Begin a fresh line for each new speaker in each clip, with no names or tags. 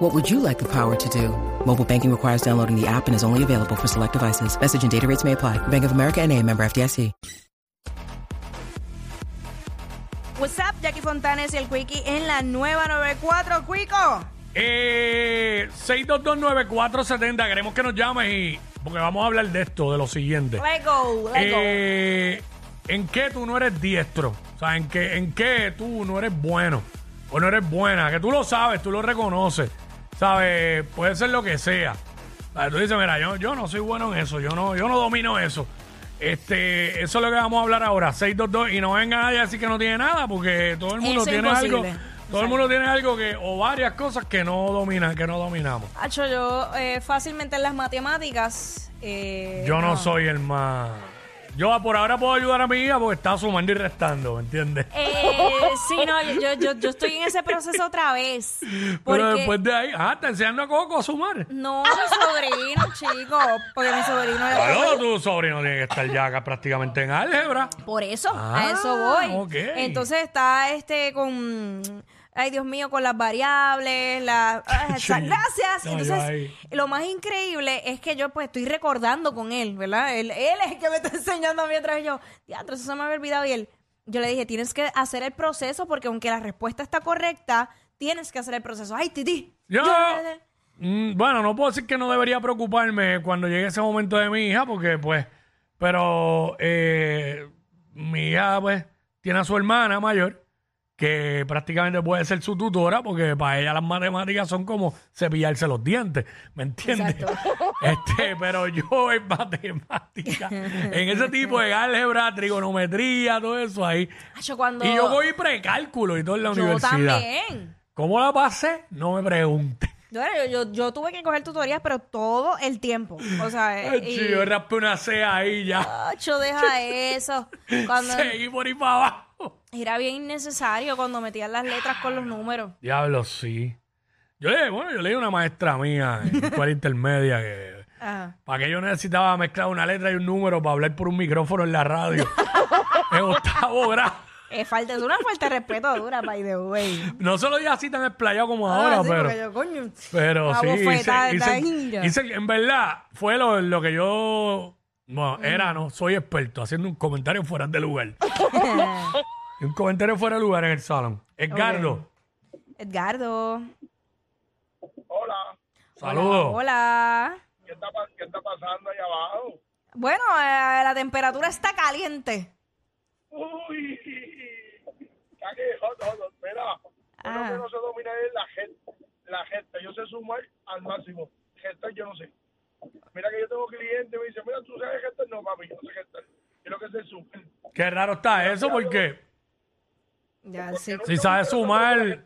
What would you like the power to do? Mobile banking requires downloading the app and is only available for select devices. Message and data rates may apply. Bank of America and a member FDIC.
What's up, Jackie Fontanes y el Quickie en la nueva 94. Quico,
Eh, 6229470, queremos que nos llames y. Porque vamos a hablar de esto, de lo siguiente.
let's go, let's
Eh, ¿En qué tú no eres diestro? O sea, ¿en qué, ¿en qué tú no eres bueno? O no eres buena. Que tú lo sabes, tú lo reconoces. ¿Sabes? Puede ser lo que sea. O sea, tú dices, mira, yo, yo no soy bueno en eso. Yo no, yo no domino eso. Este, eso es lo que vamos a hablar ahora. 622. Y no venga nadie a decir que no tiene nada, porque todo el mundo
Eso es
tiene algo.
imposible.
Todo el mundo tiene algo que, o varias cosas que no domina, que no dominamos.
go. Hacho, yo eh, fácilmente en las matemáticas. eh,
Yo no soy el más. Yo ah, por ahora puedo ayudar a mi hija porque está sumando y restando, ¿me entiendes?
Eh, sí, no, yo- yo, yo, yo estoy en ese proceso otra vez. Porque
Pero después de ahí, ah, te enseñando a Coco a sumar.
no, mi sobrino, chico. Porque mi sobrino es-
Claro, tu sobrino tiene que estar ya acá prácticamente en álgebra.
Por eso, a
Ah,
eso voy.
ok.
Entonces está este con. Ay, Dios mío, con las variables, las... ah,
Sí.
Gracias.
No, yo
Entonces,
ahí.
lo más increíble es que yo pues estoy recordando con él, ¿verdad? Él, él es el que me está enseñando a mí otra vez. Yo, diantro, eso se me había olvidado. Y él, yo le dije, tienes que hacer el proceso porque aunque la respuesta está correcta, tienes que hacer el proceso. Ay, Titi.
Yo, mm, bueno, no puedo decir que no debería preocuparme cuando llegue ese momento de mi hija, porque pues, pero eh, mi hija pues tiene a su hermana mayor, que prácticamente puede ser su tutora, porque para ella las matemáticas son como cepillarse los dientes, ¿me entiendes? Este, pero yo en matemáticas, en ese tipo de álgebra, trigonometría, todo eso ahí.
Acho, cuando...
Y yo voy precálculo y todo en la
Yo
universidad.
también.
¿Cómo la pasé? No me pregunte.
Yo, era- yo, yo- yo tuve que coger tutorías, pero todo el tiempo. O sea,
Ay,
y-
chico, yo raspé una C ahí ya.
Ocho, deja eso. Cuando
Seguí por ahí para abajo.
era bien innecesario cuando metían las letras con los números.
Diablo, sí. Yo le, bueno, yo leí a una maestra mía en escuela intermedia que
Ajá.
para que yo necesitaba mezclar una letra y un número para hablar por un micrófono en la radio. en octavo grado.
Eh, falta, es una falta de respeto dura, by the way.
No se lo dije así tan explayado como
Ah,
ahora,
sí,
pero.
porque yo, coño.
Pero
Una
sí,
bofetada
hice,
de
hice-
taquilla.
hice- en verdad, fue lo, lo que yo. Bueno, era, no, soy experto, haciendo un comentario fuera de lugar. un comentario fuera de lugar en el salón. Edgardo,
Edgardo.
Hola,
saludos.
Hola.
¿qué está, pa- qué está pasando allá abajo?
Bueno, eh, la temperatura está caliente.
Uy, cague, hot, hot, hot. Mira,
Ah.
uno que no se domina es la gente. La gente, yo sé sumar al máximo. Gestar, yo no sé. Mira que yo tengo clientes, me dicen, mira, tú sabes gestar. No, papi, yo no sé gestar. Yo lo que sé sumar.
Qué raro está eso porque
Ya, sí.
si sabes sumar,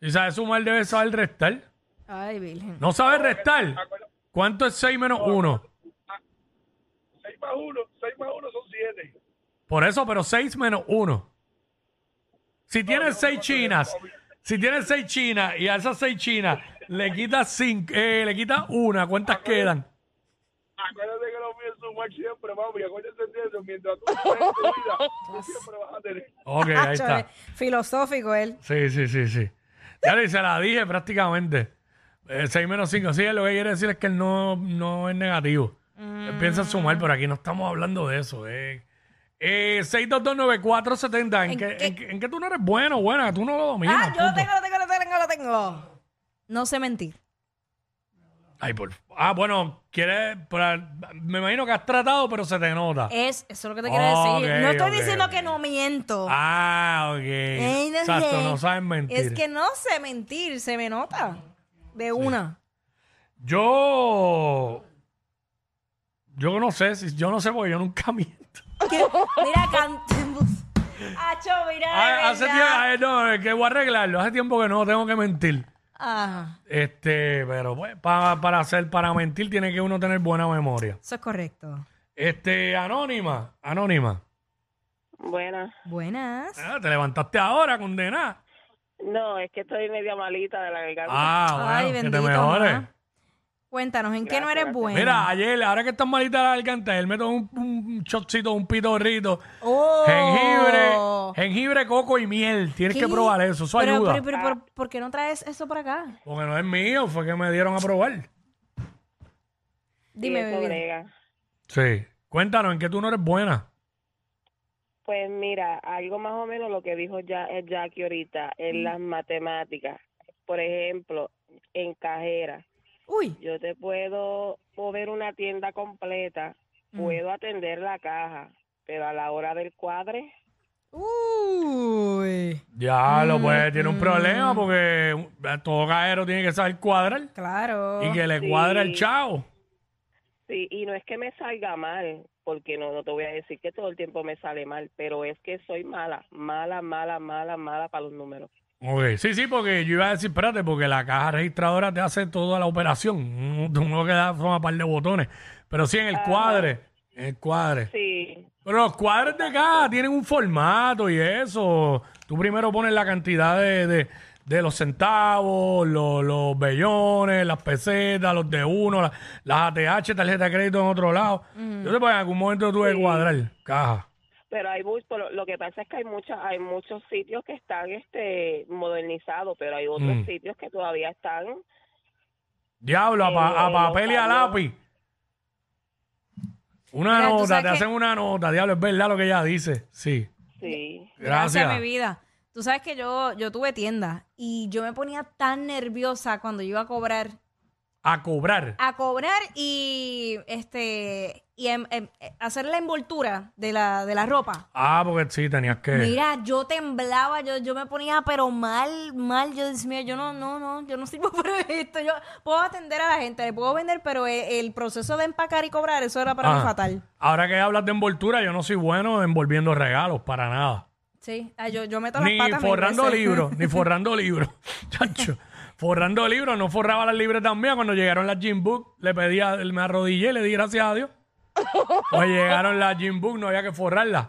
si sabes sumar, debes saber restar.
Ay, virgen.
No sabes restar.
Acuérdate,
¿Cuánto es 6 menos 1?
6 más 1, 6 más 1 son 7.
Por eso, pero 6 menos 1. Si tienes 6 chinas, si tienes 6 chinas y a esas 6 chinas le quitas 5, le quitas una, ¿cuántas quedan?
Acuérdate que lo mío es sumar siempre, papi. Acuérdate de eso. Mientras tú estés en tu vida, tú siempre vas a tener.
Ok, ahí
Acho, eh,
está.
Filosófico él.
Sí, sí, sí, sí. Ya le se la dije prácticamente. 6 menos 5, sí, lo que quiere decir es que él no, no es negativo. Él
Mm.
piensa sumar, pero aquí no estamos hablando de eso. Eh. Eh, 6229470, ¿en,
¿En
qué,
qué?
en qué- en qué tú no eres bueno o buena? Tú no lo dominas.
Ah, yo lo
punto.
tengo, lo tengo, lo tengo, lo tengo. No sé mentir.
Ay, por fa- Ah, bueno, quieres. pero, Me imagino que has tratado, pero se te nota.
Es, eso es lo que te quiero decir.
Ok,
no estoy
ok,
diciendo
ok.
que no miento.
Ah, ok.
Ey, Eh, no
Exacto,
sé.
no sabes mentir.
Es que no sé mentir, se me nota. De una.
Yo. Yo no sé, si- yo no sé porque yo nunca miento.
¿Qué? Mira, cantemos. Acho, mira, de
Ah, hace
verdad.
tiempo, ay, no, es que voy a arreglarlo. Hace tiempo que no tengo que mentir.
Ajá,
Este, pero pues, pa- para hacer, para mentir tiene que uno tener buena memoria.
eso es correcto.
Este, Anónima, Anónima.
Buena.
Buenas.
Ah, te levantaste ahora, condenada.
No, es que estoy media malita de la garganta.
Ah, bueno,
Ay,
que
bendito,
te mejores.
ajá. Cuéntanos, ¿en qué no eres
Gracias, gracias.
buena?
Mira, ayer, ahora que estás malita la garganta, él me tomó un, un chocito, un pitorrito.
Oh.
Jengibre, jengibre, coco y miel. Tienes
¿Qué?
que probar eso, eso
Pero-
ayuda.
Pero, pero, ¿por- ¿por qué no traes eso para acá?
Porque no es mío, fue que me dieron a probar.
y
Dime,
eso
bebé.
brega.
Sí. Cuéntanos, ¿en qué tú no eres buena?
Pues mira, algo más o menos lo que dijo ya eh, Jackie ahorita, en las matemáticas. Por ejemplo, en cajera,
Uy.
yo te puedo mover una tienda completa, puedo atender la caja, pero a la hora del cuadre,
Uy.
Ya, lo pues, tiene un problema porque un- todo cajero tiene que saber cuadrar
Claro.
y que le cuadra el chavo.
sí, y no es que me salga mal, porque no, no te voy a decir que todo el tiempo me sale mal, pero es que soy mala, mala, mala, mala, mala para los números.
Ok, sí, sí, porque yo iba a decir, espérate, porque la caja registradora te hace toda la operación. Mm, Tú no quedas con un par de botones. Pero sí, en el cuadre. En el cuadre.
Sí,
Pero los cuadres de caja tienen un formato y eso. Tú primero pones la cantidad de, de- de los centavos, los, los bellones, las pesetas, los de uno, la- las ATH, tarjeta de crédito en otro lado. Yo sé, pues, en algún momento tuve que cuadrar caja.
Pero hay bus, pero lo que pasa es que hay muchas, hay muchos sitios que están este modernizados, pero hay otros
Mm.
sitios que todavía están.
Diablo, a, pa- a
Eh,
papel y a
Octavio.
lápiz. Una
Mira, tú
nota,
sabes
te
que-
hacen una nota, diablo, es verdad lo que ella dice. Sí,
Sí.
gracias.
mi vida. Tú sabes que yo, yo tuve tienda y yo me ponía tan nerviosa cuando yo iba a cobrar.
A cobrar.
A cobrar y este y em- em- eh, hacer la envoltura de la, de la ropa.
Ah, porque sí, tenías que...
Mira, yo temblaba, yo, yo me ponía pero mal, mal. Yo decía, mira, yo no, no, no, yo no sirvo para esto. Yo puedo atender a la gente, le puedo vender, pero e- el, proceso de empacar y cobrar, eso era para mí
Ajá.
fatal.
Ah, Ahora que hablas de envoltura, yo no soy bueno envolviendo regalos para nada.
Sí, ah, yo, yo meto las
Ni
patas. mil
forrando
veces.
libros, ni forrando libros. Chacho, forrando libros, no forraba las libretas mías. Cuando llegaron las gym book, le pedía, me arrodillé y le di gracias a Dios. Cuando llegaron las gym book, no había que forrarlas.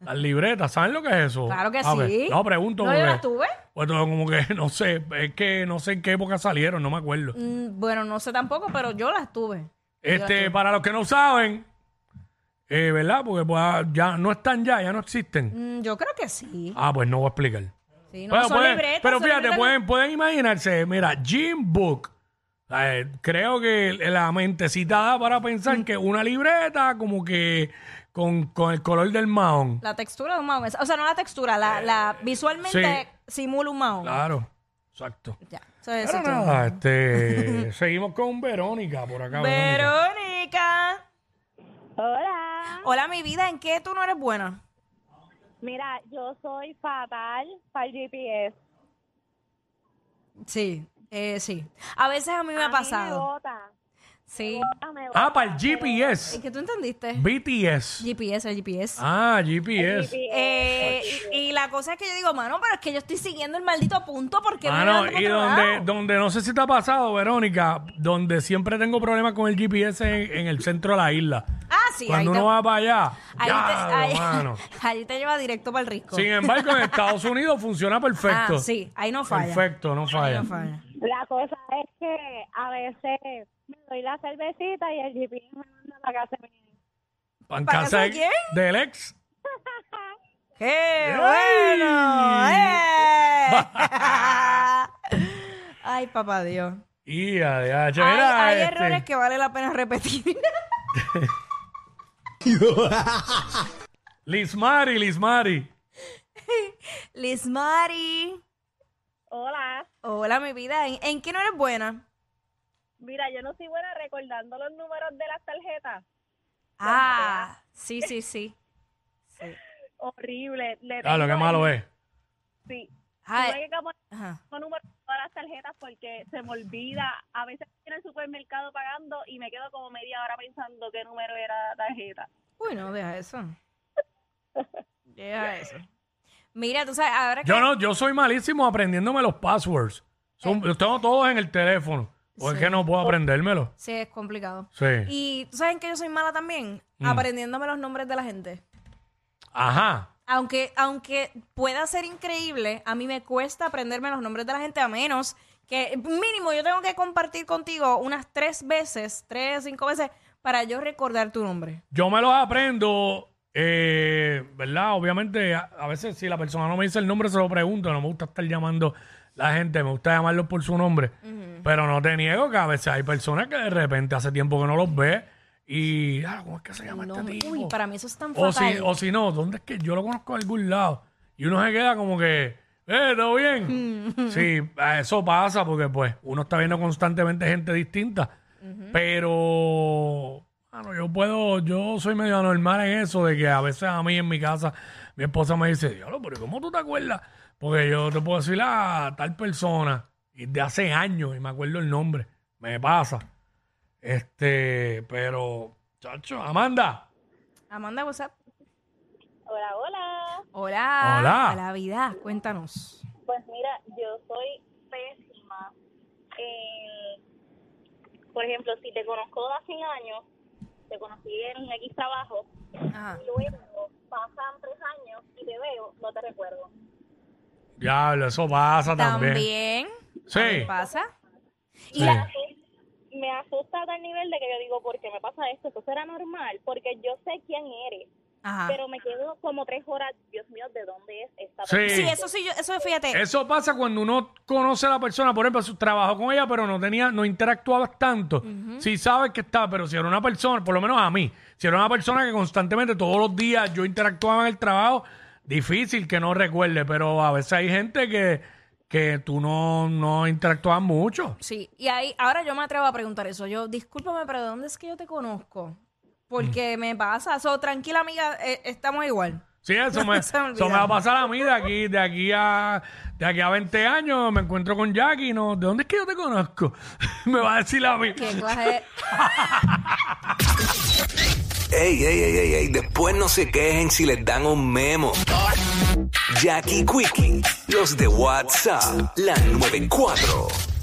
Las libretas, ¿saben lo que es eso?
Claro que
A
sí.
ver, No, pregunto.
¿No yo
porque-
las tuve?
Pues todo como que no sé, es que no sé en qué época salieron, no me acuerdo.
Mm, Bueno, no sé tampoco, pero yo las tuve.
Este, para los que no saben, eh, ¿verdad? Porque pues, ah, ya no están ya, ya no existen.
Mm, Yo creo que sí.
Ah, pues no voy a explicar.
Sí, no,
Pero,
son
pueden-
libretas,
pero
son
fíjate,
libretas.
pueden, pueden imaginarse, mira, Jim Book. eh, creo que la mentecita da para pensar
Mm.
que una libreta como que con, con el color del mahón.
La textura de un mahón. O sea, no la textura, la, la visualmente simula un mahón.
Eh, Claro, exacto.
Ya, eso es
Pero
eso.
nada, este, seguimos con Verónica por acá. Verónica.
Verónica.
Hola.
Hola, mi vida, ¿en qué tú no eres buena?
Mira, yo soy fatal para el GPS.
Sí, eh, sí. A veces a mí me
A
ha
mí
pasado.
me bota,
sí.
me bota.
Ah, para el GPS.
¿En qué tú entendiste?
BTS.
GPS, el GPS.
Ah, GPS.
GPS.
Eh, y, y la cosa es que yo digo, mano, pero es que yo estoy siguiendo el maldito punto porque me
Mano,
levanto para
y
otro
donde,
lado.
donde no sé si te ha pasado, Verónica, donde siempre tengo problemas con el GPS en, en el centro de la isla.
Ah, sí, ahí
Cuando
te,
uno va para allá,
ahí te-
diablo,
ahí-
mano.
ahí te lleva directo para el risco.
Sin embargo, en Estados Unidos funciona perfecto.
Ah, sí, ahí no falla.
Perfecto, no
Ahí
falla.
no falla.
La cosa es que a veces me doy la cervecita y el GPS me manda para casa.
Pan
¿Para casa
casa
de quién?
Del ex.
¡Qué
¡Ey!
bueno! ¡Eh! Ay, papá Dios.
Y ya,
Hay, hay
este,
errores que vale la pena repetir.
Lismari, Lismari.
Liz Mari.
Hola.
Hola, mi vida. ¿En, en qué no eres buena?
Mira, yo no soy buena recordando los números de las tarjetas.
Ah, sí, sí, sí.
Horrible. Le
Claro,
tengo
qué
el-
Ah, malo es.
Sí.
Ay,
Tuve que poner
ajá.
los números de todas las tarjetas porque se me olvida. A veces estoy en el supermercado pagando y me quedo como media hora pensando qué número era la tarjeta.
Uy, no, deja eso. Deja eso. Mira, tú sabes, ahora que... Eh.
Yo no, yo soy malísimo aprendiéndome los passwords. Son- los tengo todos en el teléfono. O es que no puedo aprendérmelo.
Sí, es complicado.
Sí.
Y tú sabes que yo soy mala también, aprendiéndome los nombres de la gente.
Ajá.
Aunque, aunque pueda ser increíble, a mí me cuesta aprenderme los nombres de la gente a menos que mínimo yo tengo que compartir contigo unas tres veces, tres, cinco veces, para yo recordar tu nombre.
Yo me los aprendo, eh, ¿verdad? Obviamente, a, a veces si la persona no me dice el nombre, se lo pregunto. No me gusta estar llamando la gente, me gusta llamarlos por su nombre. Pero no te niego que a veces hay personas que de repente hace tiempo que no los ve y, ah, ¿cómo es que se llama
No,
este tipo?
uy, para mí eso es tan
O
fatal.
si, o si no, ¿dónde es que yo lo conozco de algún lado? Y uno se queda como que, ¿eh, todo bien?
Mm.
sí, eso pasa porque pues uno está viendo constantemente gente distinta. Pero, bueno, yo puedo, yo soy medio anormal en eso de que a veces a mí en mi casa mi esposa me dice, diablo, pero ¿cómo tú te acuerdas? Porque yo te puedo decir a tal persona y de hace años y me acuerdo el nombre. Me pasa. Este, pero, chacho, Amanda.
Amanda, WhatsApp.
Hola, hola.
Hola.
Hola.
A la vida, cuéntanos.
Pues mira, yo soy pésima. en- por ejemplo, si te conozco de hace años, te conocí en X trabajo,
Ajá.
luego pasan tres años y te veo, no te recuerdo.
Diablo, eso pasa también.
También.
Sí.
¿Qué pasa?
sí.
Me asusta a tal nivel de que yo digo, ¿por qué me pasa esto? Esto será normal, porque yo sé quién eres,
Ajá.
pero me quedo como tres horas, Dios mío, ¿de dónde es esta
Sí.
persona?
sí, eso sí, yo, eso fíjate.
Eso pasa cuando uno conoce a la persona, por ejemplo, su trabajo con ella, pero no tenía, no interactuabas tanto. Sí sabes que está, pero si era una persona, por lo menos a mí, si era una persona que constantemente todos los días yo interactuaba en el trabajo, difícil que no recuerde, pero a veces hay gente que, que tú no, no interactúas mucho.
Sí, y ahí, ahora yo me atrevo a preguntar eso. Yo, discúlpame, pero ¿de dónde es que yo te conozco? Porque me pasa. So, tranquila, amiga, eh, estamos igual.
Sí, eso,
No
me,
se me
eso me va a pasar a mí de aquí, de aquí a de aquí a 20 años, me encuentro con Jackie, no, ¿de dónde es que yo te conozco? me va a decir a mí.
¿Qué clase?
Ey, ey, ey, ey, ey, después no se quejen si les dan un memo. Jackie Quickie, los de WhatsApp, la 94.